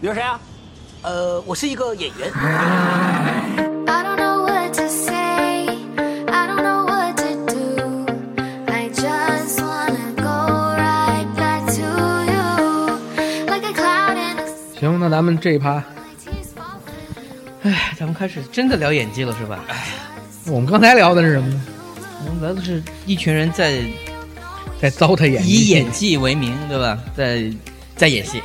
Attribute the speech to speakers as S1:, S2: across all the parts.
S1: 你是谁啊？呃，我是一个演员。
S2: I don't know what to say. I don't know what to do. I just wanna go right back to you, like a cloud in a
S3: 行，那咱们这一趴，
S4: 哎，咱们开始真的聊演技了是吧？哎，
S3: 我们刚才聊的是什么呢？
S4: 我们聊的是一群人在
S3: 在糟蹋演技，
S4: 以演技为名，对吧？在在演戏。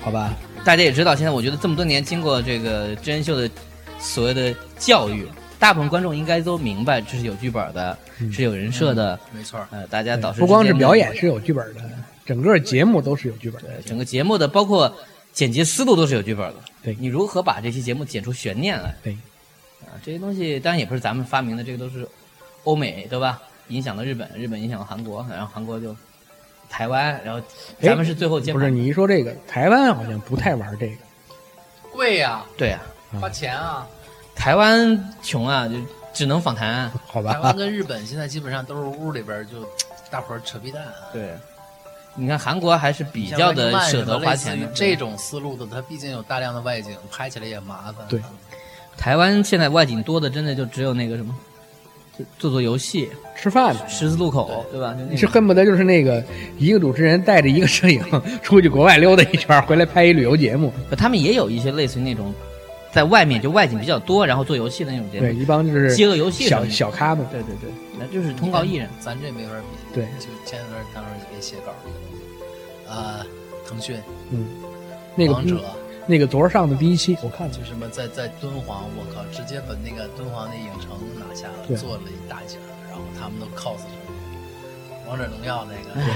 S3: 好吧？
S4: 大家也知道，现在我觉得这么多年经过这个真人秀的所谓的教育，大部分观众应该都明白，这是有剧本的，是有人设的。
S5: 没错儿，
S4: 呃，大家导师
S3: 不光是
S4: 之间的
S3: 表演是有剧本的，整个节目都是有剧本的。
S4: 整个节目的包括剪辑思路都是有剧本的。
S3: 对
S4: 你如何把这期节目剪出悬念来
S3: 对，
S4: 啊？这些东西当然也不是咱们发明的，这个都是欧美对吧？影响了日本，日本影响了韩国，然后韩国就台湾，然后咱们是最后接
S3: 不是你一说这个，台湾好像不太玩这个。
S5: 贵呀，
S4: 对啊，
S5: 花钱啊。
S4: 台湾穷啊，就只能访谈啊。
S3: 好
S5: 台湾
S3: 吧，
S5: 跟日本现在基本上都是屋里边儿就大伙儿扯皮蛋啊。
S4: 对，你看韩国还是比较的舍得花钱的。
S5: 像这种思路的，它毕竟有大量的外景，拍起来也麻烦。啊
S3: 对
S4: 台湾现在外景多的，真的就只有那个什么，就做做游戏，
S3: 吃饭呢，
S4: 十字路口，对吧？就那
S3: 你是
S4: 个
S3: 恨不得就是那个一个主持人带着一个摄影出去国外溜达一圈儿，回来拍一旅游节目。
S4: 呃他们也有一些类似于那种，在外面就外景比较多，然后做游戏的那种节
S3: 对，
S4: 目。
S3: 一帮就是
S4: 饥饿游戏
S3: 小
S4: 什么的
S3: 小咖们。
S4: 对对对，那就是通告艺人。
S5: 咱这没法比。
S3: 对
S5: 就前两天当时也写稿儿，呃，腾讯、
S3: 嗯那个
S5: 王者，
S3: 那个昨儿上的第一期，我看了
S5: 就什么在在敦煌，我靠，直接把那个敦煌那影城拿下了，
S3: 对
S5: 做了一大景儿，然后他们都 cos 什么王者荣耀那个，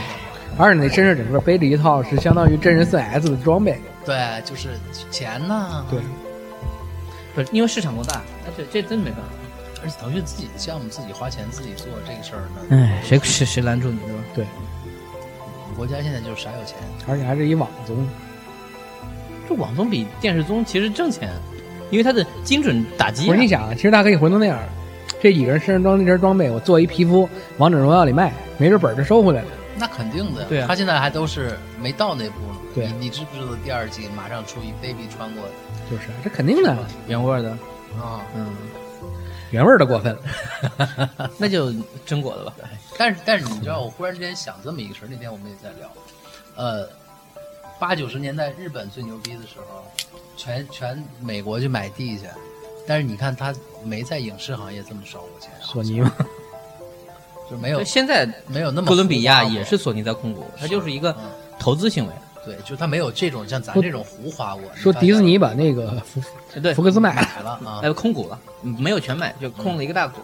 S3: 而且那身上整个背着一套是相当于真人 4S 的装备。
S5: 对，就是钱呢。
S3: 对，
S4: 不是因为市场够大，那这这真没办法。
S5: 而且腾讯自己的项目自己花钱自己做这个事儿呢，
S4: 哎，谁谁谁拦住你是吧？
S3: 对，
S5: 国家现在就是啥有钱。
S3: 而且还是一网综。
S4: 这网综比电视综其实挣钱，因为它的精准打击、
S3: 不
S4: 啊
S3: 是。你想啊，其实他可以回头那样，这几个人身上装那身装备，我做一皮肤，王者荣耀里卖，没准本儿就收回来了。
S5: 那肯定的，
S4: 对啊
S5: 他现在还都是没到那步呢。
S3: 对
S5: 你你知不知道第二季马上出一 baby 穿过
S3: 就是啊，这肯定的，
S4: 原味儿的，
S5: 啊、
S4: 嗯，
S3: 原味儿的过分了。
S4: 那就真果了吧。
S5: 但是但是你知道，我忽然之间想这么一个事儿，那天我们也在聊，呃，八九十年代日本最牛逼的时候，全全美国去买地去，但是你看他没在影视行业这么烧过钱，
S3: 索尼嘛，
S5: 就没有
S4: 就现在
S5: 没有那么
S4: 哥伦比亚
S5: 浮夸过
S4: 也是索尼在控股，它就是一个
S5: 嗯
S4: 投资行为。
S5: 对，就他没有这种像咱
S3: 说
S5: 这种胡花过。
S3: 说
S5: 你发现
S3: 迪士尼把那个福
S4: 对
S3: 福，克斯卖了，
S5: 买了啊，
S4: 呃，空股了，没有全买，就空了一个大股。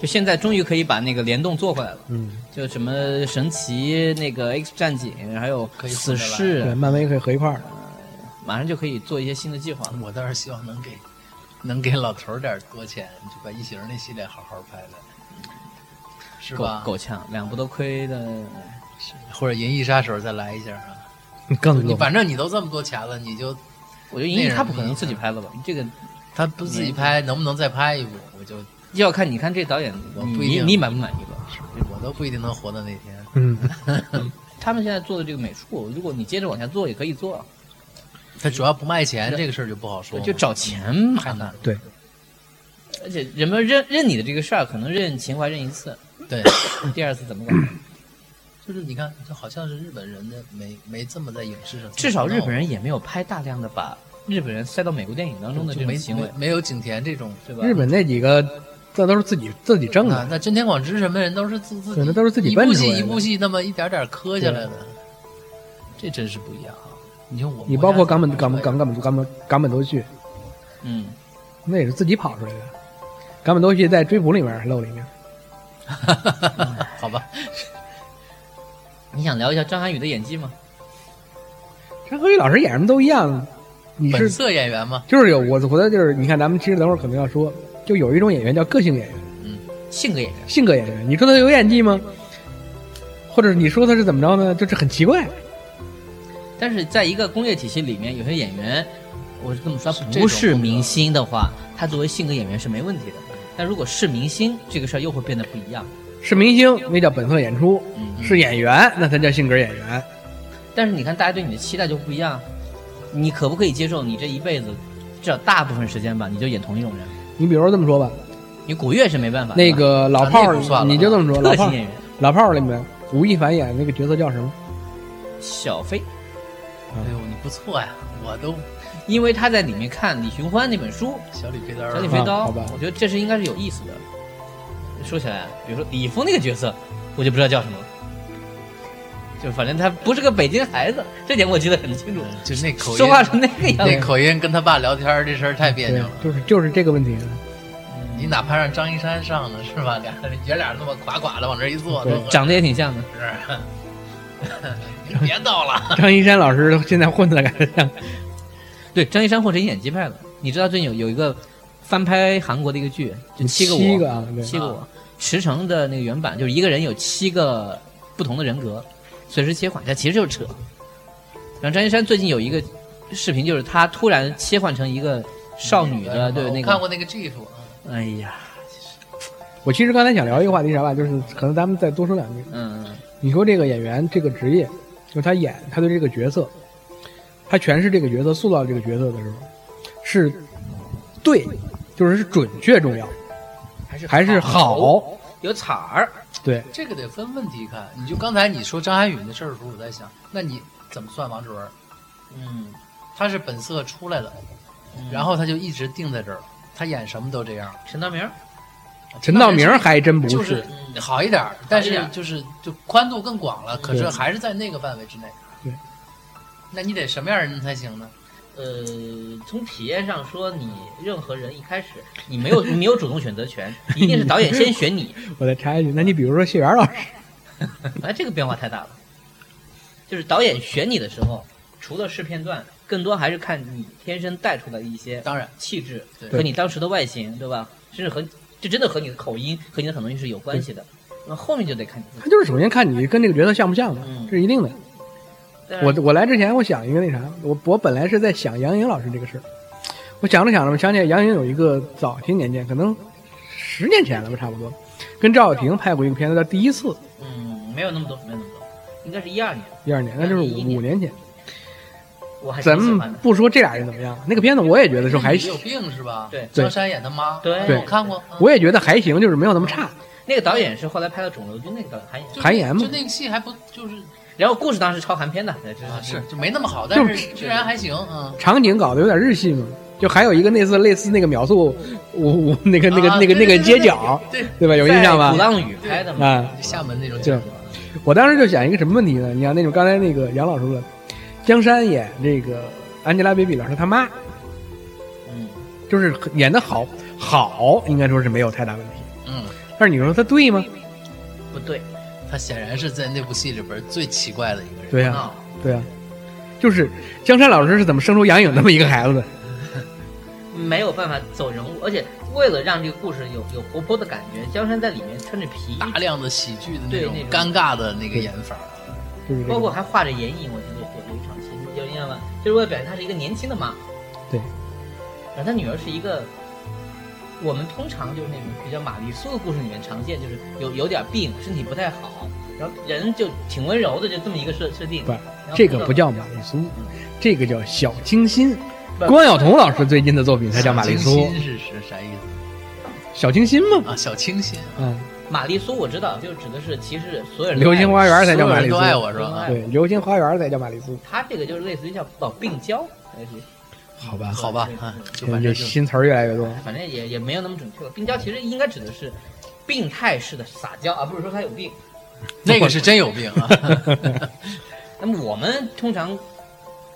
S4: 就现在终于可以把那个联动做回来了，
S3: 嗯，
S4: 就什么神奇、那个 X 战警，还有
S5: 可以
S4: 死
S5: 混着
S3: 对，
S5: 来
S4: 侍，
S3: 漫威可以合一块儿了。
S4: 马上就可以做一些新的计划了。
S5: 我倒是希望能给能给老头儿点儿多钱，就把异形那系列好好拍拍，是
S4: 够
S5: 吧？
S4: 够呛，两部都亏的。
S5: 或者《银翼杀手》再来一下啊！
S3: 嗯更
S5: 你
S3: 多
S5: 反正你都这么多钱了，你就
S4: 我觉得因为他不可能自己拍了吧？这个
S5: 他不
S4: 嗯
S5: 自己拍，能不能再拍一部？我就
S4: 要看你看这导演，
S5: 我
S4: 你
S5: 不一
S4: 你
S5: 定
S4: 你满不满意吧？
S5: 我都不一定能活到那天。
S3: 嗯，
S4: 他们现在做的这个美术，如果你接着往下做，也可以做，
S5: 他主要不卖钱，这个事儿就不好说。
S4: 就找钱麻
S5: 太难
S4: 烦
S5: 了。。
S3: 对，
S4: 而且人们认认你的这个事儿，可能认情怀认一 次，
S5: 对，
S4: 第二次怎么 搞？
S5: 就是你看，就好像是日本人的没没这么在影视上，
S4: 至少日本人也没有拍大量的把日本人塞到美国电影当中的
S5: 就
S4: 这种
S5: 没
S4: 行为
S5: 没，没有景甜这种，对吧？
S3: 日本那几个这都是自己自己挣
S5: 啊那
S3: 的，
S5: 那真田广之什么人都是自自己，
S3: 对那都是自己
S5: 一
S3: 奔
S5: 部
S3: 出来
S5: 戏
S3: 的
S5: 一部戏那么一点点磕下来的，这真是不一样啊！你看我，
S3: 你包括冈本冈本
S5: 港
S3: 冈本冈本冈本多绪，
S4: 嗯，
S3: 那也是自己跑出来的。冈本多绪在追捕里面露了一面，
S5: 好吧，
S4: 你想聊一下张涵予的演技吗？
S3: 张和宇老师演什么都一样，啊你
S5: 本
S3: 是
S5: 色演员嘛，
S3: 就是有我觉得就是你看咱们其实等会儿可能要说，就有一种演员叫个性演员。
S4: 性格演员，
S3: 性格演员，你说他有演技吗？或者你说他是怎么着呢？就是很奇怪，
S4: 但是在一个工业体系里面，有些演员，我是这么说，
S5: 这种
S4: 不是明星的话，他作为性格演员是没问题的。但如果是明星，这个事儿又会变得不一样。
S3: 是明星那叫本色演出，
S4: 嗯，
S3: 是演员那才叫性格演员。
S4: 但是你看，大家对你的期待就不一样。你可不可以接受你这一辈子，至少大部分时间吧，你就演同一种人？
S3: 你比如这么说吧，
S4: 你古月是没办法的，
S3: 那个老
S5: 啊
S3: 炮
S5: 那
S3: 儿
S5: 不算，了
S3: 你就这么说，老
S4: 特
S3: 炮儿
S4: 型演员
S3: 老炮儿里面吴亦凡演那个角色叫什么？
S4: 小飞，
S5: 哎呦，你不错呀，我都
S4: 因为他在里面看李寻欢那本书，
S5: 小李飞刀儿
S4: 小李飞
S3: 啊
S4: 刀，
S3: 好吧
S4: 我觉得这是应该是有意思的。说起来，啊比如说李易峰那个角色，我就不知道叫什么了，就反正他不是个北京孩子，这点我记得很清楚，
S5: 就那口音，
S4: 说话成那个样子。
S5: 那口音跟他爸聊天儿这事儿太别扭
S3: 嗯对
S5: 了。，
S3: 就是就是这个问题。啊
S5: 你哪怕让张一山上呢，是吧？俩人爷俩那么垮垮的往这儿一坐，
S3: 对
S5: 都合适
S4: 长得也挺像的，。
S5: 你别闹了，
S3: 张一山老师现在混的感觉像，
S4: 对张一山混成演技派了。你知道最近有有一个翻拍韩国的一个剧，就七个我，
S3: 七个啊，对，
S4: 七个我，驰骋的那个原版就是一个人有七个不同的人格，随时切换，它其实就是扯。然后张一山最近有一个视频，就是他突然切换成一个少女的，对
S5: 我
S4: 那
S5: 看
S4: 个，
S5: 过那个 G 啊图，
S4: 哎呀，
S3: 我其实刚才想聊一个话题啥吧，就是可能咱们再多说两句。
S4: 嗯，
S3: 你说这个演员这个职业，就是他演他对这个角色，他诠释这个角色、塑造这个角色的时候，是对，就是是准确重要，
S4: 还是
S3: 还是好？
S4: 嗯有彩儿，
S3: 对，
S5: 这个得分问题看。你就刚才你说张涵予那事儿的时候，我在想，那你怎么算王志文？
S4: 嗯，
S5: 他是本色出来的，
S3: 嗯
S5: 然后他就一直定在这儿了。他演什么都这样，
S4: 陈道明儿，
S3: 陈道明还真不
S5: 就是是。
S4: 嗯
S5: 好一点儿，但
S4: 好一点
S5: 是
S4: 儿
S5: 就是就宽度更广了，可是
S3: 对
S5: 还是在那个范围之内。
S3: 对，
S5: 那你得什么样人才行呢？
S4: 呃，从体验上说，你任何人一开始你没有你没有主动选择权，一定是导演先选你。
S3: 我再插一句，那你比如说谢元老师，
S4: 哎，这个变化太大了。就是导演选你的时候，除了试片段，更多还是看你天生带出来的一些
S5: 当然，
S4: 气质
S5: 对
S4: 和你当时的外形，对吧？甚至和这真的和你的口音和你的很多东西是有关系的。那后面就得看你自
S3: 他
S4: 己。
S3: 就是首先看你跟这个角色像不像嘛，
S4: 嗯
S3: 这是一定的。
S4: 但
S3: 我
S4: 是
S3: 我来之前，我想一个那啥，我我本来是在想杨颖老师这个事儿，我想着想着，我想起来杨颖有一个早些年间，可能十年前了吧，差不多，跟赵又廷拍过一个片子叫《第一次》，
S4: 嗯，没有那么多，没有那么多，应该是一二年，
S3: 一二年，那就是
S4: 一一
S3: 五
S4: 年
S3: 五年前。
S4: 我还挺
S3: 咱
S4: 喜
S3: 们
S4: 欢的。
S3: 不说这俩人怎么样，那个片子我也觉得说还
S5: 你
S3: 行
S5: 有，病是吧？
S4: 对
S5: 张珊演他妈，
S4: 对
S5: 哎
S4: 对
S5: 我看过，嗯
S3: 我也觉得还行，就是没有那么差。
S4: 那个导演是后来拍了《肿瘤君》那个导演韩
S5: 就
S4: 演，
S3: 韩延嘛
S5: 就那个戏还不就是
S4: 然后故事当时抄韩片的，这是
S5: 啊是就没那么好，但是居然还行啊。嗯
S3: 场景搞得有点日系嘛，就还有一个类似类似那个秒速五五那个那个
S5: 啊
S3: 那个那
S5: 对
S3: 个
S5: 对对
S3: 街角，
S5: 对，
S3: 对吧？有印象吧
S4: 鼓？浪屿拍的嘛。
S3: 啊，
S5: 厦门那种
S3: 对
S5: 角色，
S3: 我当时就想一个什么问题呢？你看那种刚才那个杨老师说的，江山演这个 Angelababy 老师他妈，
S4: 嗯，
S3: 就是演的好，好应该说是没有太大问题。
S5: 嗯，
S3: 但是你说他对吗？
S4: 不对，
S5: 他显然是在那部戏里边最奇怪的一个人。
S3: 对呀、
S4: 啊，
S3: 对呀、就是江山老师是怎么生出杨颖那么一个孩子的？
S4: 没有办法走人物，而且为了让这个故事有有活泼的感觉，江山在里面穿着皮衣，
S5: 大量的喜剧的那
S4: 对
S5: 种
S4: 那种
S5: 尴尬的那个演法，
S3: 就是这
S4: 包括
S3: 个。
S4: 还画着眼影，我记得有有一场戏，你有印象吗？就是为了表现她是一个年轻的妈。
S3: 对。
S4: 然后她女儿是一个，我们通常就是那种比较玛丽苏的故事里面常见，就是有有点病，身体不太好，然后人就挺温柔的，就这么一个设设定。
S3: 不
S4: 然后
S3: 这个不叫玛丽苏，这个叫小清新。
S4: 不
S3: 关晓彤老师最近的作品才叫玛丽
S5: 小
S3: 苏
S5: 清，新是是啥意思
S3: 小清新嘛。
S5: 啊？小清新，
S3: 嗯，
S4: 玛丽苏，我知道，就指的是其实所有人都
S3: 流星花园才叫玛丽
S5: 所
S3: 苏嗯
S5: 有人都，爱我啊是
S4: 都
S5: 吧
S4: 爱？
S3: 对，流星花园才叫玛丽苏。
S4: 他这个就是类似于叫老病娇，类似于
S3: 好吧，
S5: 好吧
S4: 对，
S5: 啊，就
S3: 这
S5: 反
S3: 这
S5: 正就
S3: 新词儿越来越多。
S4: 哎反正也也没有那么准确了。病娇其实应该指的是病态式的撒娇，而不是说她有病。
S5: 那个是真有病 啊！
S4: 那么我们通常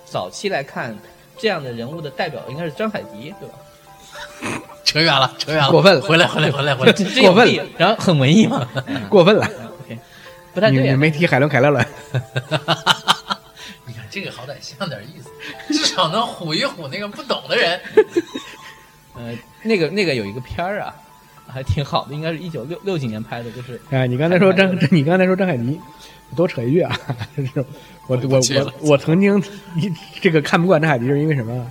S4: 早期来看这样的人物的代表应该是张海迪，对吧？
S5: 扯远了，扯远了，
S3: 过分了
S5: 回来，回来，回来，回来。
S4: 这有
S3: 过分
S4: 病，然后很文艺嘛，
S3: 过分了，
S4: 不太
S3: 你
S4: 对
S3: 你
S4: 啊。
S3: 没提海伦凯勒了，
S5: 你看这个好歹像点意思，至少能唬一唬那个不懂的人。
S4: 呃，那个那个有一个片儿啊，还挺好的，应该是一九六六几年拍的，就是
S3: 哎，你刚才说张，你刚才说张海迪，我多扯一句啊，就是我我
S5: 我不记得了
S3: 我我曾经一这个看不惯张海迪，是因为什么啊？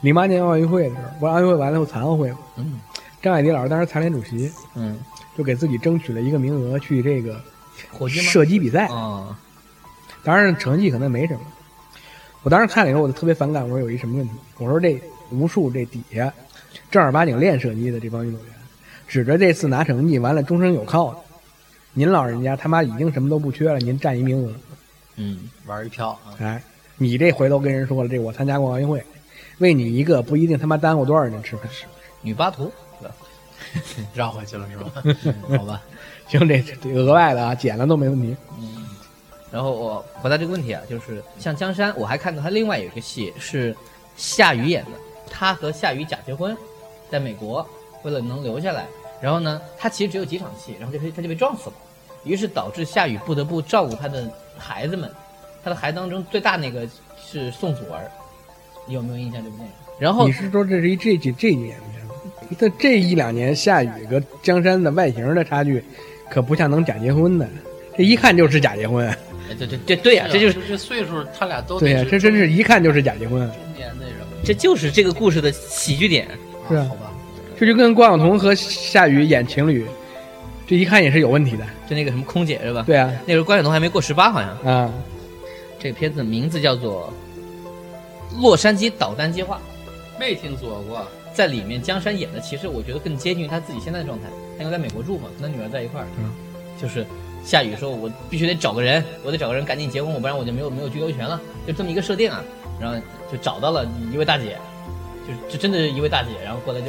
S3: 零八年奥运会的时候，不是奥运会完了以后残奥会嘛，
S4: 嗯
S3: 张海迪老师当时残联主席，
S4: 嗯，
S3: 就给自己争取了一个名额去这个
S4: 火炬吗？嗯
S3: 射击比赛，
S4: 啊、
S3: 当然成绩可能没什么。我当时看了以后，我就特别反感，我说有一什么问题？我说这无数这底下正儿八经练射击的这帮运动员，指着这次拿成绩，完了终身有靠的，您老人家他妈已经什么都不缺了，您占一名额，
S4: 嗯，
S5: 玩一票啊，
S3: 哎，你这回头跟人说了，这我参加过奥运会，为你一个不一定他妈耽误多少人吃饭。
S4: 女巴图，
S5: 绕回去了是吧？嗯好吧，
S3: 行，这这额外的啊，减了都没问题。
S4: 然后我回答这个问题啊，就是像江山，我还看到他另外有一个戏是夏雨演的，他和夏雨假结婚，在美国为了能留下来，然后呢，他其实只有几场戏，然后就被他就被撞死了，于是导致夏雨不得不照顾他的孩子们，他的孩子当中最大那个是宋祖儿，你有没有印象这部电影？然后
S3: 你是说这是一这几这一年的片子？这这一两年夏雨和江山的外形的差距，可不像能假结婚的，这一看就是假结婚。
S4: 哎对对对对呀、这就是
S5: 这岁数，他俩都
S3: 对呀、
S5: 呀，
S3: 这哦真是一看就是假结婚。
S5: 中年那什么，
S4: 这就是这个故事的喜剧点。
S3: 是啊
S5: 好吧？
S3: 这就跟关晓彤和夏雨演情侣，这一看也是有问题的。
S4: 就那个什么空姐是吧？，
S3: 对啊，
S4: 那时候关晓彤还没过十八，好像。
S3: 啊，
S4: 这个片子的名字叫做《洛杉矶导弹计划
S5: 没听说过，》，
S4: 在里面江山演的，其实我觉得更接近于他自己现在的状态。他因为在美国住嘛，跟他女儿在一块儿，
S3: 嗯
S4: 就是夏雨说：“我必须得找个人，我得找个人赶紧结婚，我不然我就没有没有居留权了。”就这么一个设定啊，然后就找到了一位大姐，就就真的是一位大姐，然后过来就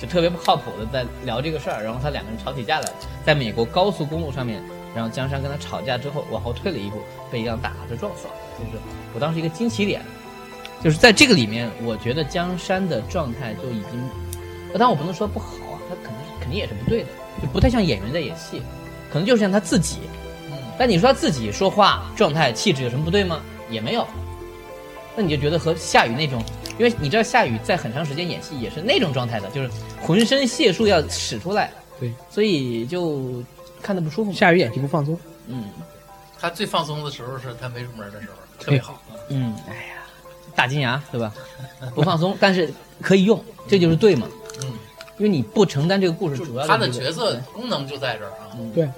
S4: 就特别不靠谱的在聊这个事儿，然后他两个人吵起架来，在美国高速公路上面，然后江山跟他吵架之后往后退了一步，被一辆大卡车撞死了，就是我当时一个惊奇点，就是在这个里面，我觉得江山的状态就已经，呃当然我不能说不好啊，他肯定肯定也是不对的，就不太像演员在演戏，可能就是像他自己。但你说他自己说话状态气质有什么不对吗？也没有。那你就觉得和夏雨那种，因为你知道夏雨在很长时间演戏也是那种状态的，就是浑身解数要使出来，
S3: 对，
S4: 所以就看得不舒服嘛。
S3: 夏雨演技不放松，
S4: 嗯
S5: 他最放松的时候是他没出门的时候，特别 好。
S4: 嗯，哎呀，大金牙对吧？ 不放松，但是可以用，这就是对嘛。
S5: 嗯，
S4: 因为你不承担这个故事
S5: 就
S4: 主
S5: 是
S4: 要
S5: 他的
S4: 这嗯个
S5: 角色功能就在这儿啊。
S3: 对，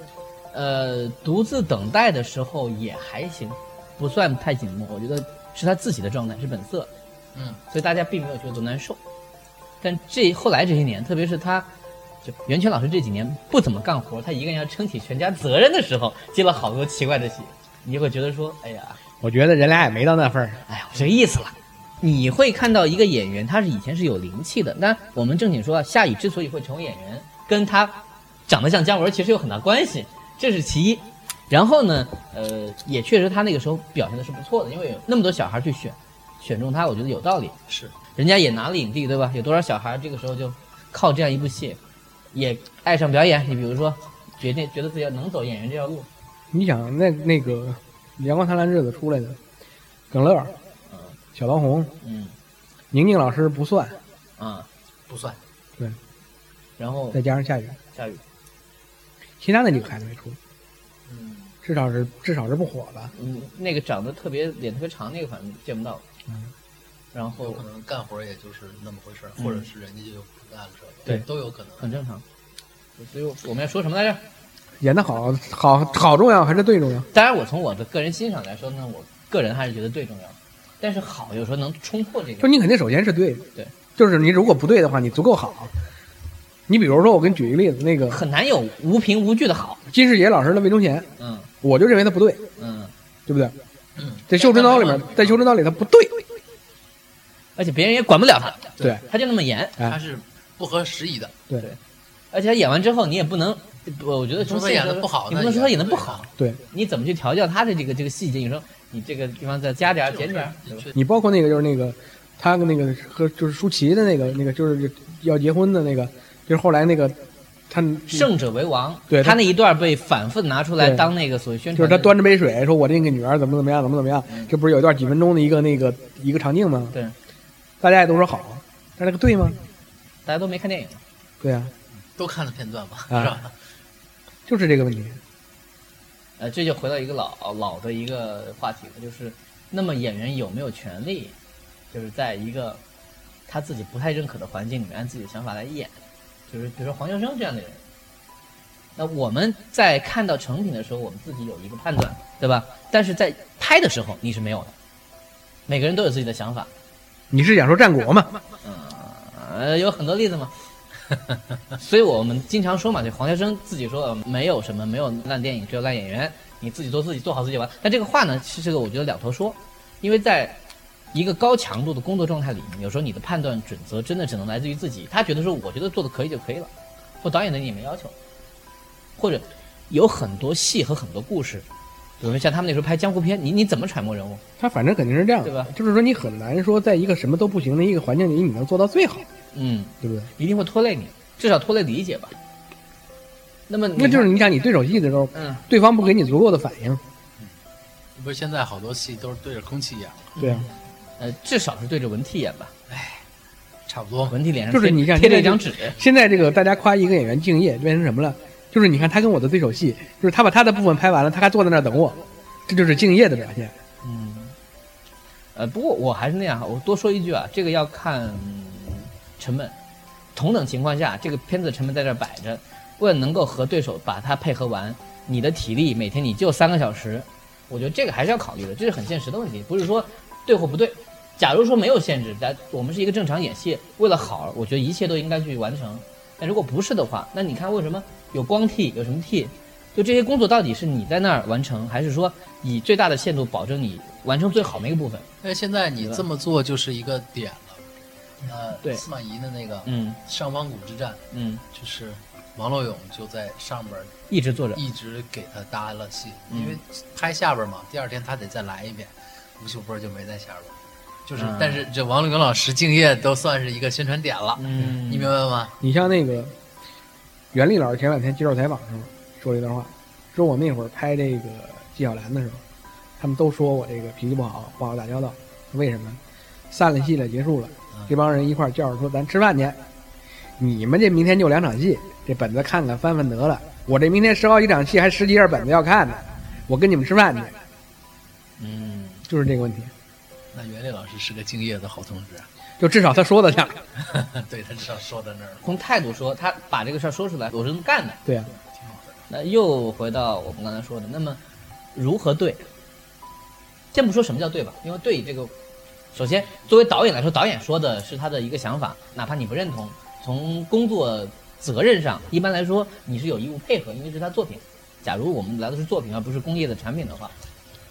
S4: 呃，独自等待的时候也还行，不算太紧迫。我觉得是他自己的状态，是本色，
S5: 嗯，
S4: 所以大家并没有觉得多难受。但这后来这些年，特别是他，就袁泉老师这几年不怎么干活，他一个人要撑起全家责任的时候，接了好多奇怪的戏，你就会觉得说，哎呀，
S3: 我觉得人俩也没到那份儿上。
S4: 哎呀，我这个意思了。你会看到一个演员，他是以前是有灵气的。那我们正经说啊，夏雨之所以会成为演员，跟他长得像姜文其实有很大关系，这是其一。然后呢，呃，也确实他那个时候表现的是不错的，因为有那么多小孩去选，选中他，我觉得有道理。
S5: 是，
S4: 人家也拿了影帝，对吧？有多少小孩这个时候就靠这样一部戏，也爱上表演？你比如说，决定觉得自己要能走演员这条路，
S3: 你想那那个《阳光灿烂日子》出来的，耿乐、小桃红、
S4: 嗯
S3: 宁宁老师不算，
S4: 啊，
S5: 不算，
S4: 然后
S3: 再加上夏雨，
S4: 夏雨，
S3: 其他那几个孩子没出，
S5: 嗯，
S3: 至少是至少是不火的。
S4: 嗯，那个长得特别脸特别长那个，反正见不到。
S3: 嗯，
S4: 然
S5: 有
S4: 后
S5: 可能干活也就是那么回事儿，或者是人家就不干了这个，
S4: 嗯对
S5: 都有可能。
S4: 很正常。所以我们要说什么来着？
S3: 演得好，好好重要还是最重要？
S4: 当然，我从我的个人欣赏来说呢，我个人还是觉得最重要。但是好，有时候能冲破这
S3: 就
S4: 个。
S3: 你肯定首先是对的，
S4: 对，
S3: 就是你如果不对的话，你足够好。你比如说，我给你举一个例子，那个
S4: 很难有无凭无据的好，
S3: 金世杰老师的魏忠贤，
S4: 嗯
S3: 我就认为他不对，
S4: 嗯，
S3: 对不对？在《绣春刀》里面，在《绣春刀》里他不对，
S4: 而且别人也管不了他，
S3: 对，
S4: 他就那么演，
S3: 哎
S5: 他是不合时宜的，
S3: 对
S4: 而且他演完之后你也不能，不我觉得从
S5: 说
S4: 现
S5: 他演
S4: 实
S5: 得不好
S4: 你
S5: 那
S4: 不能
S5: 也
S4: 说他演的
S5: 对啊
S4: 不好，
S3: 对
S4: 你怎么去调教他的这个这个细节？你说你这个地方再加点儿减点儿，对吧
S5: 啊确
S3: 你包括那个就是那个他跟那个和就是舒淇的那个那个就是要结婚的那个，就是后来那个他
S4: 胜者为王，
S3: 嗯对
S4: 他
S3: 他
S4: 那一段被反复拿出来
S3: 对
S4: 当那个所谓宣
S3: 就
S4: 传
S3: 是
S4: 的，
S3: 他端着杯水说：“我这个女儿怎么怎么样，怎么怎么样。”这不是有一段几分钟的一个那个一个场景吗？
S4: 嗯对，
S3: 大家也都说好，但是那个对吗？
S4: 大家都没看电影，
S3: 对啊，
S5: 都看了片段吧，
S3: 啊
S5: 是吧？
S3: 就是这个问题。
S4: 呃，这就回到一个老老的一个话题了，就是那么演员有没有权利，就是在一个他自己不太认可的环境里面，按自己的想法来演，就是比如说黄秋生这样的人，那我们在看到成品的时候，我们自己有一个判断，对吧？但是在拍的时候你是没有的，每个人都有自己的想法，
S3: 你是想说战国
S4: 哎
S3: 嘛？
S4: 呃，有很多例子嘛。 所以我们经常说嘛，就黄秋生自己说、呃没有什么没有烂电影，只有烂演员，你自己做自己，做好自己吧。但这个话呢，是这个我觉得两头说，因为在一个高强度的工作状态里面，有时候你的判断准则真的只能来自于自己。他觉得说，我觉得做的可以就可以了，或导演对你也没要求，或者有很多戏和很多故事，比如说像他们那时候拍江湖片，你你怎么揣摩人物？
S3: 他反正肯定是这样的，
S4: 对吧
S3: 就是说你很难说在一个什么都不行的一个环境里，你能做到最好，
S4: 嗯，
S3: 对不对？
S4: 一定会拖累你，至少拖累理解吧。那么你
S3: 那就是你想你对手戏的时候，
S4: 嗯，
S3: 对方不给你足够的反应，
S5: 不是现在好多戏都是对着空气演，
S3: 对啊，
S4: 呃，至少是对着文替演吧，
S5: 差不多。
S4: 文替脸上
S3: 就是
S4: 贴
S3: 你看
S4: 贴
S3: 这个
S4: 着一张纸，
S3: 现在这个大家夸一个演员敬业变成什么了？就是你看他跟我的对手戏，就是他把他的部分拍完了，他还坐在那儿等我，这就是敬业的表现。
S4: 嗯，呃，不过我还是那样，我多说一句啊，这个要看、嗯成本。同等情况下，这个片子成本在这儿摆着，为了能够和对手把它配合完，你的体力每天你就三个小时，我觉得这个还是要考虑的，这是很现实的问题，不是说对或不对。假如说没有限制，咱我们是一个正常演戏，为了好，我觉得一切都应该去完成。但如果不是的话，那你看为什么有光替，有什么替，就这些工作到底是你在那儿完成，还是说以最大的限度保证你完成最好那个部分？
S5: 但哎是现在你这么做就是一个点了。呃，
S4: 对
S5: 司马懿的那个
S4: 嗯
S5: 上方谷之战，
S4: 嗯，
S5: 就是王洛勇就在上边
S4: 一直做着。
S5: 一直给他搭了戏，
S4: 嗯
S5: 因为拍下边嘛，第二天他得再来一遍。吴秀波就没在下边，就是，
S4: 嗯
S5: 但是这王洛勇老师敬业都算是一个宣传点了，
S4: 嗯
S5: 你明白吗？
S3: 你像那个袁立老师前两天接受采访的时候说了一段话，说我那会儿拍这个纪晓岚的时候，他们都说我这个脾气不好，不好打交道。为什么？散了戏了，结束了，这帮人一块儿叫着说咱吃饭去。你们这明天就两场戏，这本子看看翻翻得了。我这明天十好几场戏，还十几页本子要看呢。我跟你们吃饭去，
S4: 嗯，
S3: 就是这个问题。
S5: 那袁立老师是个敬业的好同志，啊
S3: 就至少他说得上，
S5: 对他至少说到那儿了。
S4: 从态度说，他把这个事儿说出来，我是能干的。
S3: 对啊，
S4: 那又回到我们刚才说的，那么如何对？先不说什么叫对吧，因为对这个，首先作为导演来说，导演说的是他的一个想法，哪怕你不认同，从工作责任上，一般来说你是有义务配合，因为这是他作品。假如我们聊的是作品而不是工业的产品的话，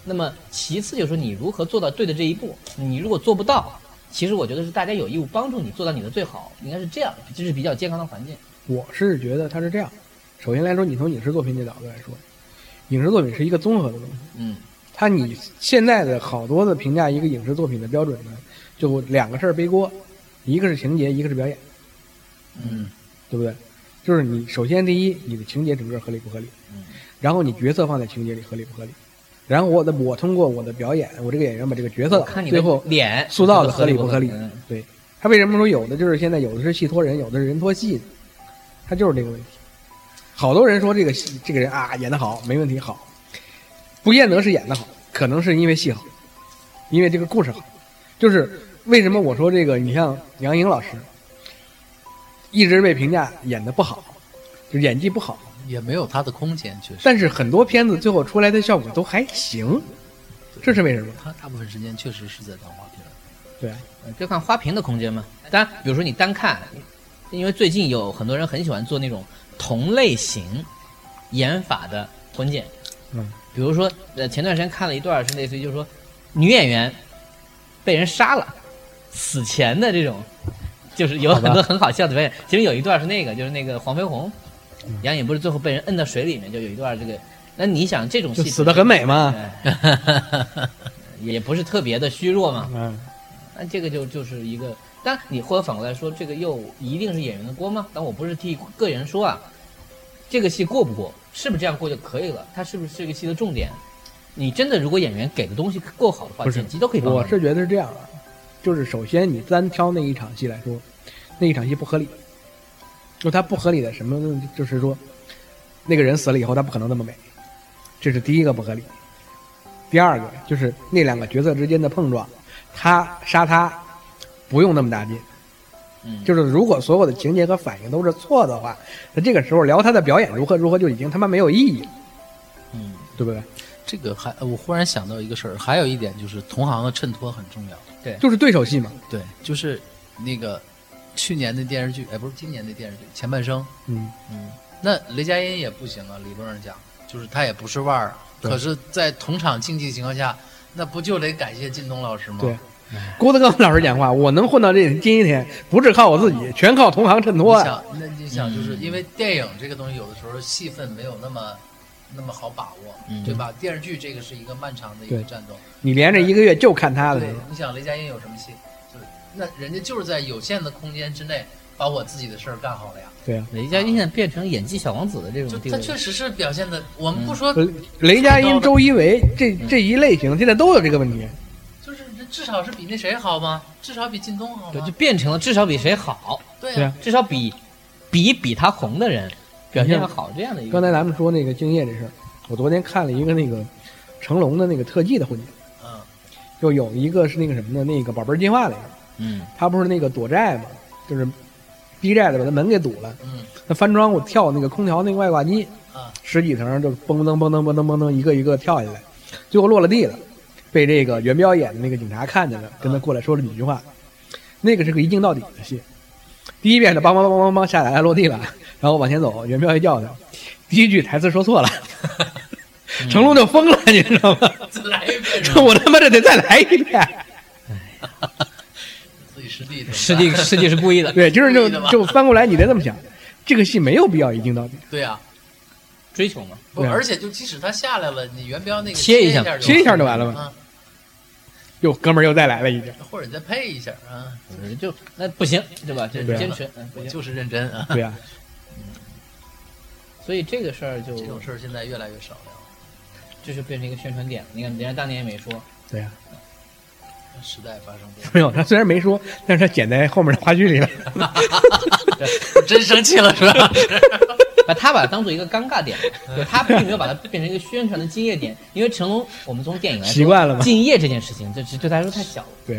S4: 那么其次就是说你如何做到对的这一步，你如果做不到，其实我觉得是大家有义务帮助你做到你的最好，应该是这样，这是比较健康的环境。
S3: 我是觉得他是这样。首先来说，你从影视作品的角度来说，影视作品是一个综合的东西。
S4: 嗯
S3: 它你现在的好多的评价一个影视作品的标准呢，就两个事儿背锅，一个是情节，一个是表演，
S5: 嗯，
S3: 对不对？就是你首先第一，你的情节整个合理不合理，
S4: 嗯
S3: 然后你角色放在情节里合理不合理，然后我的我通过我的表演，我这个演员把这个角色
S4: 我看你的
S3: 最后
S4: 脸
S3: 塑造的合理不合理
S4: 嗯？
S3: 对，他为什么说有的就是现在有的是戏托人，有的是人托戏呢？他就是这个问题。好多人说这个戏这个人啊演得好，没问题好，不见得是演得好，可能是因为戏好，因为这个故事好。就是为什么我说这个，你像杨颖老师，一直被评价演得不好，就演技不好，
S5: 也没有他的空间，确实。
S3: 但是很多片子最后出来的效果都还行，这是为什么？
S5: 他大部分时间确实是在当花瓶。
S3: 对啊，
S4: 呃就看花瓶的空间嘛。当然，比如说你单看，因为最近有很多人很喜欢做那种同类型演法的混剪。
S3: 嗯，
S4: 比如说，呃，前段时间看了一段是类似于就是说，女演员被人杀了，死前的这种，就是有 很多很好笑的表演。其中有一段是那个，就是那个黄飞鸿，杨颖不是最后被人摁到水里面，就有一段这个。那你想这种戏
S3: 就死得很美啊 嘛
S4: 哎也不是特别的虚弱嘛。
S3: 嗯，
S4: 那这个就就是一个，但你或者反过来说，这个又一定是演员的锅吗？但我不是替个人说啊，这个戏过不过，是不是这样过就可以了？它是不是这个戏的重点？你真的如果演员给的东西够好的话，
S3: 不是
S4: 剪辑都可以帮忙
S3: 我是觉得是这样啊，就是首先你单挑那一场戏来说，那一场戏不合理，就它不合理的什么呢？就是说，那个人死了以后，他不可能那么美，这是第一个不合理。第二个就是那两个角色之间的碰撞，他杀他不用那么大劲，
S4: 嗯，
S3: 就是如果所有的情节和反应都是错的话，那这个时候聊他的表演如何如何就已经他妈没有意义了，
S4: 嗯，
S3: 对不对？
S5: 这个还我忽然想到一个事儿，还有一点就是同行的衬托很重要。
S3: 就是对手戏嘛。
S5: 对，就是那个去年的电视剧，哎，不是今年的电视剧《前半生》。
S3: 嗯，
S5: 嗯，那雷佳音也不行啊，理论上讲，就是他也不是腕儿啊。
S3: 对
S5: 可是，在同场竞技情况下，那不就得感谢靳东老师吗？
S3: 对郭德纲老师讲话，我能混到这今天，不是靠我自己，全靠同行衬托
S5: 你
S3: 啊。
S5: 想，那你想，
S4: 嗯
S5: 就是因为电影这个东西，有的时候戏份没有那么那么好把握，
S4: 嗯
S5: 对吧？电视剧这个是一个漫长的一个
S3: 对
S5: 战斗。
S3: 你连着一个月就看他的，
S5: 对，你想雷佳音有什么戏？就是那人家就是在有限的空间之内，把我自己的事儿干好了呀。
S3: 对啊。
S4: 雷佳音现在变成演技小王子的这
S5: 就
S4: 种地
S5: 他
S4: 位，
S5: 确实是表现的，我们不说，
S3: 雷雷佳音、周一围这
S5: 嗯
S3: 这一类型，现在都有这个问题。
S5: 就是至少是比那谁好吗？至少比靳东好
S4: 对，
S5: 吗
S4: 就？变成了至少比谁好，
S5: 对
S3: 对
S5: 呀
S3: 啊，
S4: 至少比比比他红的人表现要好这样的一个。
S3: 刚才咱们说那个敬业这事儿，我昨天看了一个那个成龙的那个特技的混剪，
S5: 嗯，
S3: 就有一个是那个什么呢？那个《宝贝儿计划》里边，
S4: 嗯
S3: 他不是那个躲债嘛，就是逼债的把他门给堵了，
S5: 嗯，
S3: 他翻窗户跳那个空调那个外挂机
S5: 啊，
S3: 十几层就嘣噔嘣噔嘣噔嘣噔一个一个跳下来，最后落了地了，被这个元彪演的那个警察看
S5: 啊
S3: 见了，跟他过来说了几句话，那个是个一镜到底的戏，第一遍是梆梆梆梆梆梆下来了落地 了，然后往前走，元彪一叫他，第一句台词说错 了，
S5: 嗯
S3: 成龙就疯了，你知道吗？
S5: 再来一遍，
S3: 说我他妈这得再来一遍。
S5: 自己 师弟怎么办，
S4: 师弟师弟是故意的，
S3: 对，就是
S5: 故
S3: 就
S5: 意的吧
S3: 就翻过来，你得这么想，这个戏没有必要一镜到底，
S5: 对呀，
S4: 追求嘛，
S5: 不，
S3: 对啊
S5: 而且就即使他下来了，你元彪那个
S4: 切一
S5: 一
S4: 下
S5: 下，
S3: 切一下就完了嘛。
S5: 啊，
S3: 又哥们儿又再来了一遍。
S5: 或者你再配一下啊，
S4: 就那不行，对吧？这
S3: 对啊
S4: 坚持，嗯不
S5: 我
S4: 行。
S5: 就是认真啊。
S3: 对呀、
S4: 所以这个事儿就
S5: 这种事儿现在越来越少了，
S4: 就是变成一个宣传点。你看，人家当年也没说，
S3: 对呀、
S5: 时代发生变化。
S3: 没有他虽然没说，但是他剪在后面的花絮里了。
S5: 真生气了是吧？
S4: 把他把它当做一个尴尬点，就他并没有把它变成一个宣传的敬业点，因为成龙，我们从电影来
S3: 习
S4: 说，
S3: 惯了嘛
S4: 敬业这件事情，这这对他来说太小了。
S3: 对，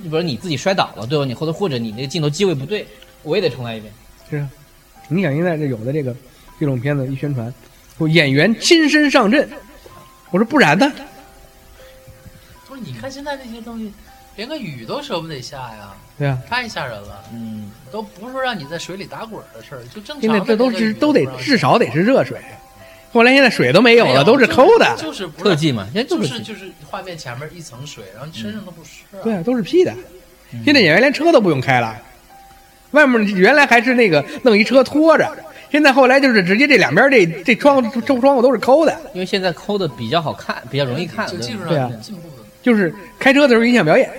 S4: 比如你自己摔倒了，对吧？你或者或者你那个镜头机位不对，我也得重来一遍。
S3: 是啊，你想现在这有的这个这种片子一宣传，说演员亲身上阵，我说不然呢？
S5: 不是，你看现在这些东西，连个雨都舍不得下呀，
S3: 对啊呀、
S5: 太吓人了，
S4: 嗯，
S5: 都不是说让你在水里打滚儿的事儿，就正常的
S3: 现
S5: 那
S3: 在
S5: 个
S3: 这
S5: 雨。
S3: 都是都得
S5: 不让
S3: 至少得是热水，后来现在水都没有
S5: 没
S3: 了，都是抠的。
S5: 就是就是不
S4: 特
S5: 让
S4: 技嘛，人家
S5: 就
S4: 就是是
S5: 就是画面前面一层水，然后你身上都不湿啊。
S3: 对啊，都是 P 的。现在演员连车都不用开了，外面原来还是那个弄一车拖着，现在后来就是直接这两边这这窗这窗户都是抠的，
S4: 因为现在抠的比较好看，比较容易看，
S5: 就技术
S3: 对啊
S5: 上有进步的。
S3: 就是开车的时候影响表演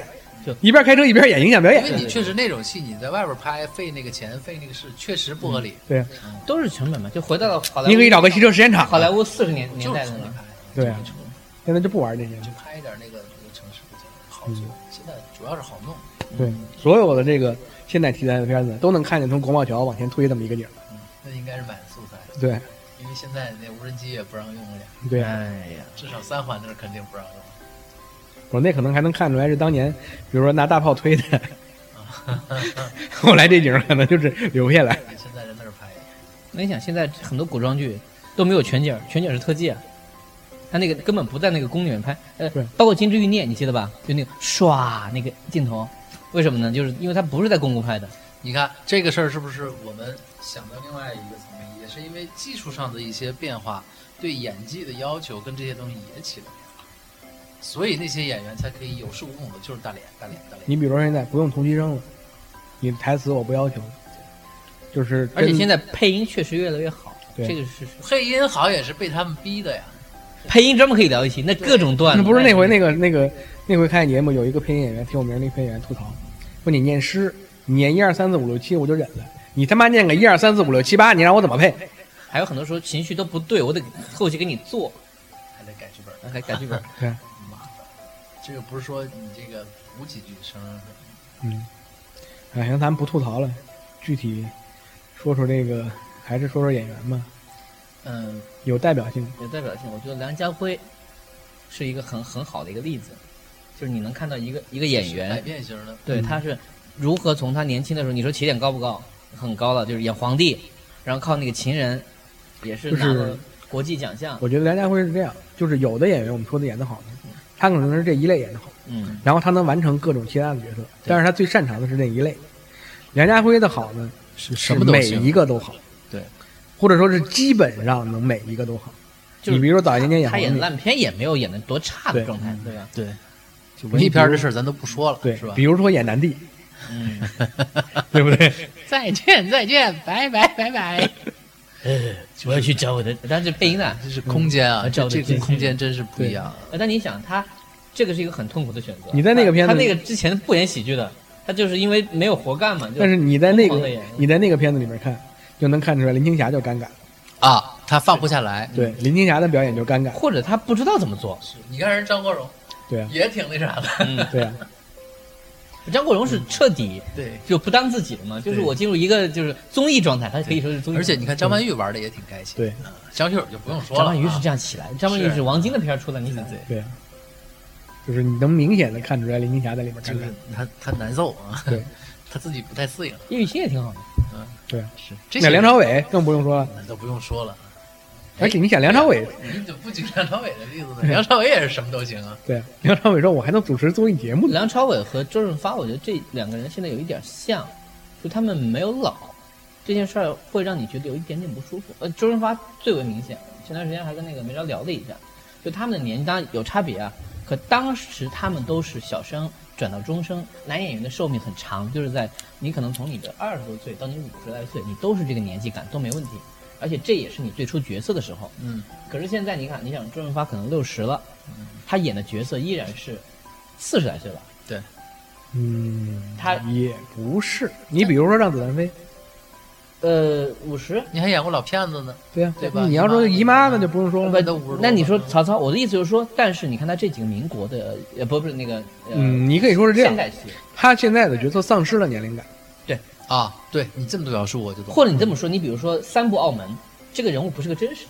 S4: 就，
S3: 一边开车一边演影响表
S5: 因
S3: 演。
S5: 为你确实那种戏，你在外边拍费那个钱费那个事，确实不合理。
S3: 对啊，
S4: 都是成本嘛，就回到了好莱坞。
S3: 你可以找个汽车实验场。
S4: 好莱坞四十年嗯年
S5: 就是
S4: 代
S5: 从
S4: 的
S5: 你
S4: 那
S5: 拍，
S3: 对啊
S5: 就没成
S3: 现在就不玩这些了
S5: 就。拍一点那个那个城市的景好做。
S3: 嗯
S5: 现在主要是好弄，
S3: 对，所有的这个现代题材的片子都能看见从国贸桥往前推这么一个景儿。
S5: 嗯那应该是买的素材，
S3: 对，
S5: 因为现在那无人机也不让用了呀，
S3: 对啊，
S4: 哎呀，
S5: 至少三环那儿肯定不让用。
S3: 我那可能还能看出来是当年，比如说拿大炮推的， 后来这景儿可能就是留下来。
S5: 现在人那儿拍，
S4: 那你想，现在很多古装剧都没有全景儿，全景儿是特技啊。他那个根本不在那个宫里面拍，呃
S3: 对，
S4: 包括《金枝欲孽》，你记得吧？就那个唰那个镜头，为什么呢？就是因为他不是在宫宫拍的，
S5: 你看这个事儿是不是我们想到另外一个层面，也是因为技术上的一些变化，对演技的要求跟这些东西也起了变化，所以那些演员才可以有恃无恐的，就是大脸大脸大脸。
S3: 你比如说现在不用同期声了，你台词我不要求，就是
S4: 而且
S3: 真
S4: 现在配音确实越来越好，
S3: 对
S4: 这个是是
S5: 配音好也是被他们逼的呀，
S4: 配音专门可以聊一期，那各种段
S3: 那嗯
S4: 子。
S3: 不是那回
S4: 那
S3: 那个那个那回看节目，有一个配音演员挺有名的一个配音演员吐槽，说你念诗，你念一二三四五六七我就忍了，你他妈念个一二三四五六七八，你让我怎么配？
S4: 还有很多时候情绪都不对，我得后期给你做，
S5: 还得改剧本。
S4: 还改剧本。
S5: 妈的，这个不是说你这个补几句声儿，
S3: 嗯，哎，行，咱们不吐槽了，具体说说这个，还是说说演员吧，
S4: 嗯，
S3: 有代表性。
S4: 有代表性。我觉得梁家辉是一个很很好的一个例子，就是你能看到一个一个演员
S5: 改变型的，
S4: 对，
S3: 嗯
S4: 他是如何从他年轻的时候，你说起点高不高？很高了，就是演皇帝，然后靠那个情人，也是
S3: 就
S4: 拿
S3: 是
S4: 了国际奖项，
S3: 我觉得梁家辉是这样，就是有的演员我们说他演得好呢，他可能是这一类演得好，
S4: 嗯
S3: 然后他能完成各种其他的角色，但是他最擅长的是那一类。梁家辉的好呢，
S5: 是
S3: 是
S5: 什么都
S3: 每
S5: 行
S3: 一个都好，
S5: 对，
S3: 或者说是基本上能每一个都好。
S4: 就是
S3: 你比如说早些年演
S4: 他
S3: 黄
S4: 演
S3: 帝，
S4: 烂片也没有演的多差的
S3: 对
S4: 状态，对吧？
S5: 对，
S3: 就
S5: 文艺片儿
S3: 是
S5: 这事儿咱都不说了，
S3: 对
S5: 是，吧
S3: 比？如说演南帝，
S4: 嗯，
S3: 对不对？
S5: 再见，再见，拜拜，拜拜。
S4: 我要去找我的，但是配音的，
S5: 这是空间啊，
S4: 嗯
S5: 这这
S4: 照着
S5: 个
S4: 进
S5: 空间真是不一样啊。
S4: 但你想他这个是一个很痛苦的选择。
S3: 你在那个片子
S4: 他他那个之前不演喜剧的，他就是因为没有活干嘛，就
S3: 但是你在那个
S4: 疯狂地演
S3: 你在那个片子里面看，就能看出来林青霞就尴尬，
S5: 啊，他放不下来。
S3: 对，林青霞的表演就尴尬，
S4: 或者他不知道怎么做。
S5: 你看人张国荣
S3: 对啊，
S5: 也挺那啥的，
S4: 嗯，
S3: 对啊，
S4: 张国荣是彻底
S5: 对。
S4: 就不当自己了嘛，就是
S5: 对
S4: 我进入一个就是综艺状态，他可以说是综艺。
S5: 而且你看张曼玉玩的也挺开心，
S3: 对啊
S5: 嗯，张学友就不用说
S4: 张
S5: 了啊。
S4: 曼玉是这样起来，张曼玉是王晶的片儿出的，你怎么对？
S3: 对啊，就是你能明显的看出来林青霞在里面尴
S5: 就
S3: 尬
S5: 是，他他难受 啊，
S3: 对，
S5: 他自己不太适应。
S4: 叶雨欣也挺好的，
S3: 对啊。
S5: 是这
S3: 那
S5: 些
S3: 梁朝伟更不用说了，
S5: 人都不用说了，
S3: 而且你想梁朝伟，
S5: 你怎么不举梁朝伟的例子呢？梁朝伟也是什么都行啊。
S3: 对啊梁朝伟说我还能主持综艺节目呢，
S4: 梁朝伟和周润发，我觉得这两个人现在有一点像，就他们没有老，这件事儿会让你觉得有一点点不舒服。呃，周润发最为明显，前段时间还跟那个梅超聊了一下，就他们的年纪当然有差别啊，可当时他们都是小生转到中生，男演员的寿命很长，就是在你可能从你的二十多岁到你五十来岁，你都是这个年纪感都没问题，而且这也是你最初角色的时候。
S5: 嗯，
S4: 可是现在你看，你想周润发可能六十了，嗯他演的角色依然是四十来岁吧。
S3: 嗯，
S4: 他
S3: 也不是，你比如说让子弹飞，
S4: 呃，五十，
S5: 你还演过老骗子呢，
S3: 对啊，
S5: 对吧
S3: 你要说姨妈那就不用说
S5: 不
S3: 了，
S5: 都五十多
S4: 那你说
S5: 了嗯
S4: 曹操，我的意思就是说，但是你看他这几个民国的，呃，不不是那个，呃，
S3: 嗯，你可以说是这
S4: 现
S3: 样，
S4: 代戏，
S3: 他现在的角色丧失了年龄感，
S5: 啊？对你这么描述我就懂了。
S4: 或者你这么说，你比如说三部澳门，这个人物不是个真实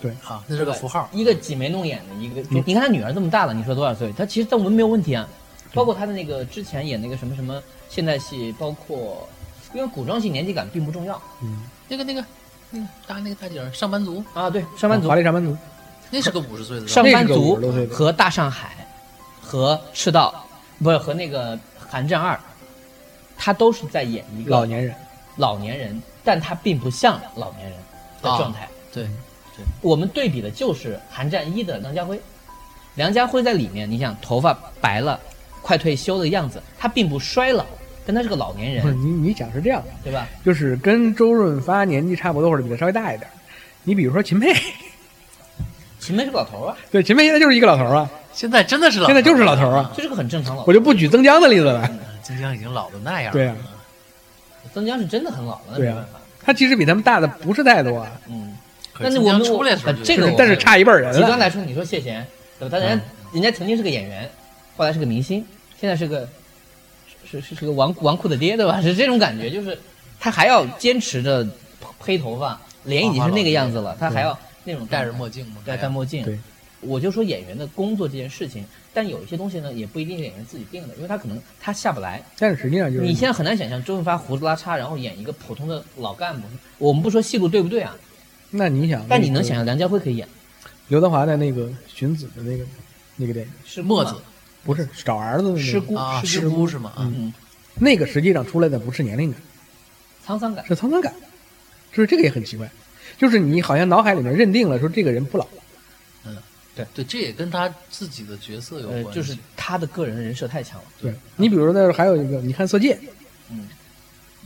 S4: 的人，
S5: 啊，那是个
S4: 对吧
S5: 符号。
S3: 嗯
S4: 一个挤眉弄眼的，一个就你看他女儿这么大了，你说多少岁？他其实但文没有问题啊，包括他的那个之前演那个什么什么现代戏，包括因为古装戏年纪感并不重要
S3: 嗯，
S5: 那个那个那个大那个大姐儿上班族，
S4: 啊，对，上班族
S3: 哦华丽上班族，
S5: 那是个五十岁的
S4: 上
S5: 人
S4: 班
S3: 那是个
S4: 族
S3: 五十多岁的
S4: 和大上海和赤道，不是和那个寒战二，他都是在演一个
S3: 老年人，
S4: 老年人，但他并不像老年人的
S3: 啊
S4: 状态。
S5: 对，
S4: 我们对比的就是寒战一的梁家辉，梁家辉在里面，你想头发白了，快退休的样子，他并不衰老，但他是个老年
S3: 不是
S4: 人，
S3: 你你想是这样的，
S4: 对吧？
S3: 就是跟周润发年纪差不多，或者比他稍微大一点。你比如说秦沛，
S4: 秦沛是个老头啊，
S3: 对，秦沛现在就是一个老头儿啊，
S5: 现在真的是老，啊
S3: 现在就是老头儿啊。
S4: 这是个很正常老头
S3: 我。就不举曾江的例子了，
S5: 金江已经老的那样了。
S3: 对啊
S4: 曾江是真的很老了，那
S3: 对
S4: 没
S3: 啊
S4: 办法。
S3: 他其实比他们大的不是太多，啊，
S4: 嗯，
S5: 可是
S4: 但是
S5: 金
S4: 我
S5: 江
S4: 们
S5: 出来的时候就
S4: 这
S5: 是
S4: 个我
S5: 老头儿，
S3: 但是差一辈儿人
S4: 极端
S3: 了。
S4: 来说，你说谢贤，对吧？他人家、人家曾经是个演员，后来是个明星，现在是个是是是个纨纨绔的爹，对吧？ 是这种感觉，就是他还要坚持着黑头发，脸已经是那个样子了，他还要那种
S5: 戴着墨镜嘛，
S4: 戴戴墨镜。
S3: 对，
S4: 我就说演员的工作这件事情，但有一些东西呢，也不一定是演员自己定的，因为他可能他下不来。
S3: 但是实际上就是
S4: 你现在很难想象周润发胡子拉碴，然后演一个普通的老干部。我们不说戏路对不对啊，
S3: 那你想，
S4: 但你能想象梁家辉可以演
S3: 刘德华的那个《荀子》的那个那个电影，
S4: 是
S5: 墨子
S3: 不是是找儿子的那
S4: 师
S3: 个，
S4: 姑
S5: 啊，
S4: 师
S5: 师姑是吗？啊，
S4: 嗯，
S3: 那个实际上出来的不是年龄感，
S4: 沧桑感。
S3: 是沧桑感，就是这个也很奇怪，就是你好像脑海里面认定了说这个人不老，
S5: 对，这也跟他自己的角色有
S4: 呃
S5: 关，系。
S4: 就是他的个人人设太强了。
S3: 对你比如说那时候还有一个，你看《色戒》，
S4: 嗯，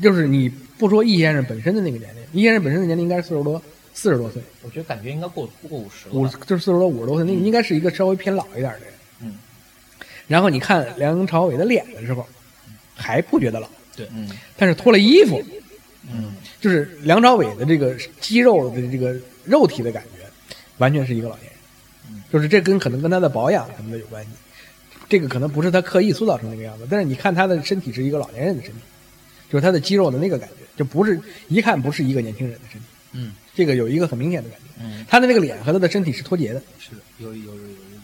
S3: 就是你不说易先生本身的那个年龄，易先生本身的年龄应该是四十多，四十多岁，
S4: 我觉得感觉应该过过五十了吧。
S3: 五就是四十多五十多岁，那个应该是一个稍微偏老一点的人。
S4: 嗯，
S3: 然后你看梁朝伟的脸的时候，还不觉得老，
S4: 嗯
S3: 但是脱了衣服，
S4: 嗯，
S3: 就是梁朝伟的这个肌肉的这个肉体的感觉，完全是一个老年人。
S4: 嗯
S3: 就是这跟可能跟他的保养什么的有关系，这个可能不是他刻意塑造成那个样子，但是你看他的身体是一个老年人的身体，就是他的肌肉的那个感觉，就不是一看不是一个年轻人的身体。
S5: 嗯，
S3: 这个有一个很明显的感觉，
S4: 嗯，
S3: 他的那个脸和他的身体是脱节的。
S5: 是的，有有有有有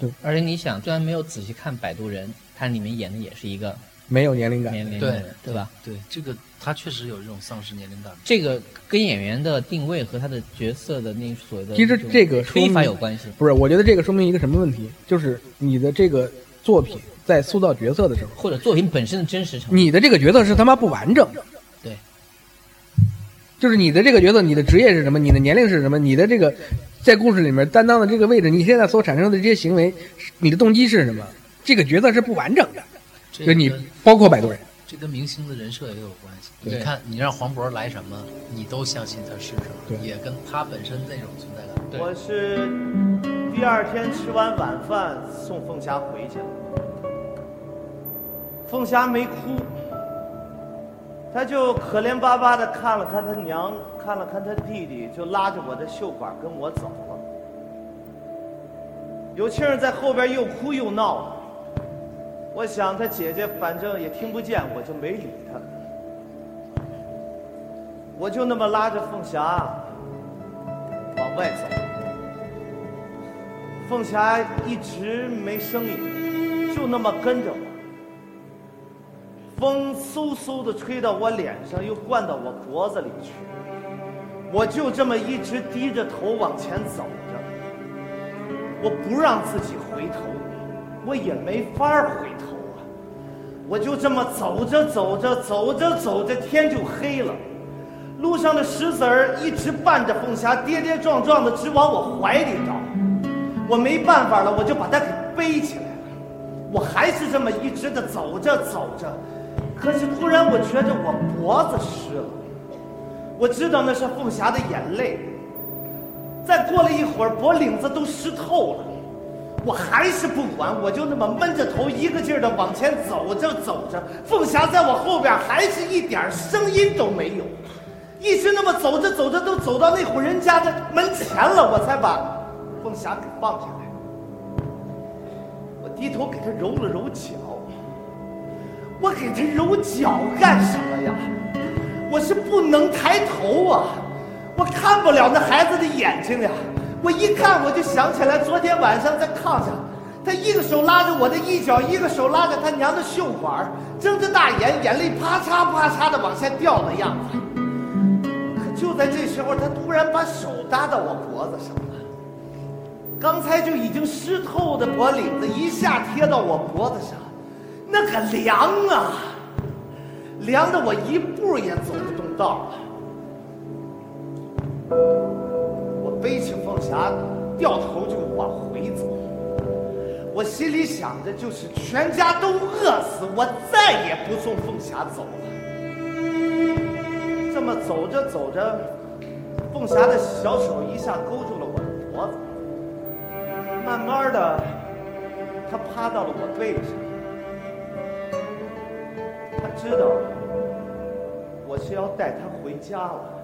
S5: 有。
S4: 而且你想，虽然没有仔细看《摆渡人》，他里面演的也是一个
S3: 没有年龄感。
S4: 年龄
S5: 对
S4: 对吧？
S5: 对，这个他确实有这种丧失年龄感。
S4: 这个跟演员的定位和他的角色的那所谓的
S3: 其实这个说
S4: 非法
S3: 明
S4: 有关系，
S3: 不是，我觉得这个说明一个什么问题，就是你的这个作品在塑造角色的时候，
S4: 或者作品本身的真实程度。
S3: 你的这个角色是他妈不完整的。
S4: 对，
S3: 就是你的这个角色，你的职业是什么？你的年龄是什么？你的这个在故事里面担当的这个位置，你现在所产生的这些行为，你的动机是什么？这个角色是不完整的。
S5: 这
S3: 就
S5: 个
S3: 你
S5: 跟
S3: 包括摆渡人，
S5: 这跟明星的人设也有关系。
S4: 对
S5: 你看，你让黄渤来什么，你都相信他是什
S3: 对
S5: 么，也跟他本身那种存在感。
S4: 对
S6: 我是第二天吃完晚饭送凤霞回去了，凤霞没哭，她就可怜巴巴的看了看她娘，看了看她弟弟，就拉着我的袖管跟我走了。有庆儿在后边又哭又闹，我想她姐姐反正也听不见，我就没理她。我就那么拉着凤霞往外走。凤霞一直没声音，就那么跟着我。风嗖嗖的吹到我脸上，又灌到我脖子里去。我就这么一直低着头往前走着，我不让自己回头，我也没法儿回头啊。我就这么走着走着走着走着，天就黑了。路上的石子儿一直伴着凤霞跌跌撞撞的直往我怀里倒，我没办法了，我就把她给背起来了。我还是这么一直的走着走着，可是突然我觉着我脖子湿了，我知道那是凤霞的眼泪。再过了一会儿，脖领子都湿透了，我还是不管，我就那么闷着头，一个劲儿的往前走着走着，凤霞在我后边还是一点儿声音都没有，一直那么走着走着，都走到那户人家的门前了，我才把凤霞给放下来。我低头给她揉了揉脚，我给她揉脚干什么呀？我是不能抬头啊，我看不了那孩子的眼睛呀。我一看我就想起来昨天晚上在炕上，他一个手拉着我的衣角，一个手拉着他娘的袖管儿，睁着大眼，眼泪啪嚓啪嚓的往下掉的样子。可就在这时候，他突然把手搭到我脖子上了。刚才就已经湿透的脖领子一下贴到我脖子上，那个凉啊，凉的我一步也走不动道了。我背起凤霞，掉头就往回走。我心里想着，就是全家都饿死，我再也不送凤霞走了。这么走着走着，凤霞的小手一下勾住了我的脖子，慢慢的，她趴到了我背上。她知道我是要带她回家了。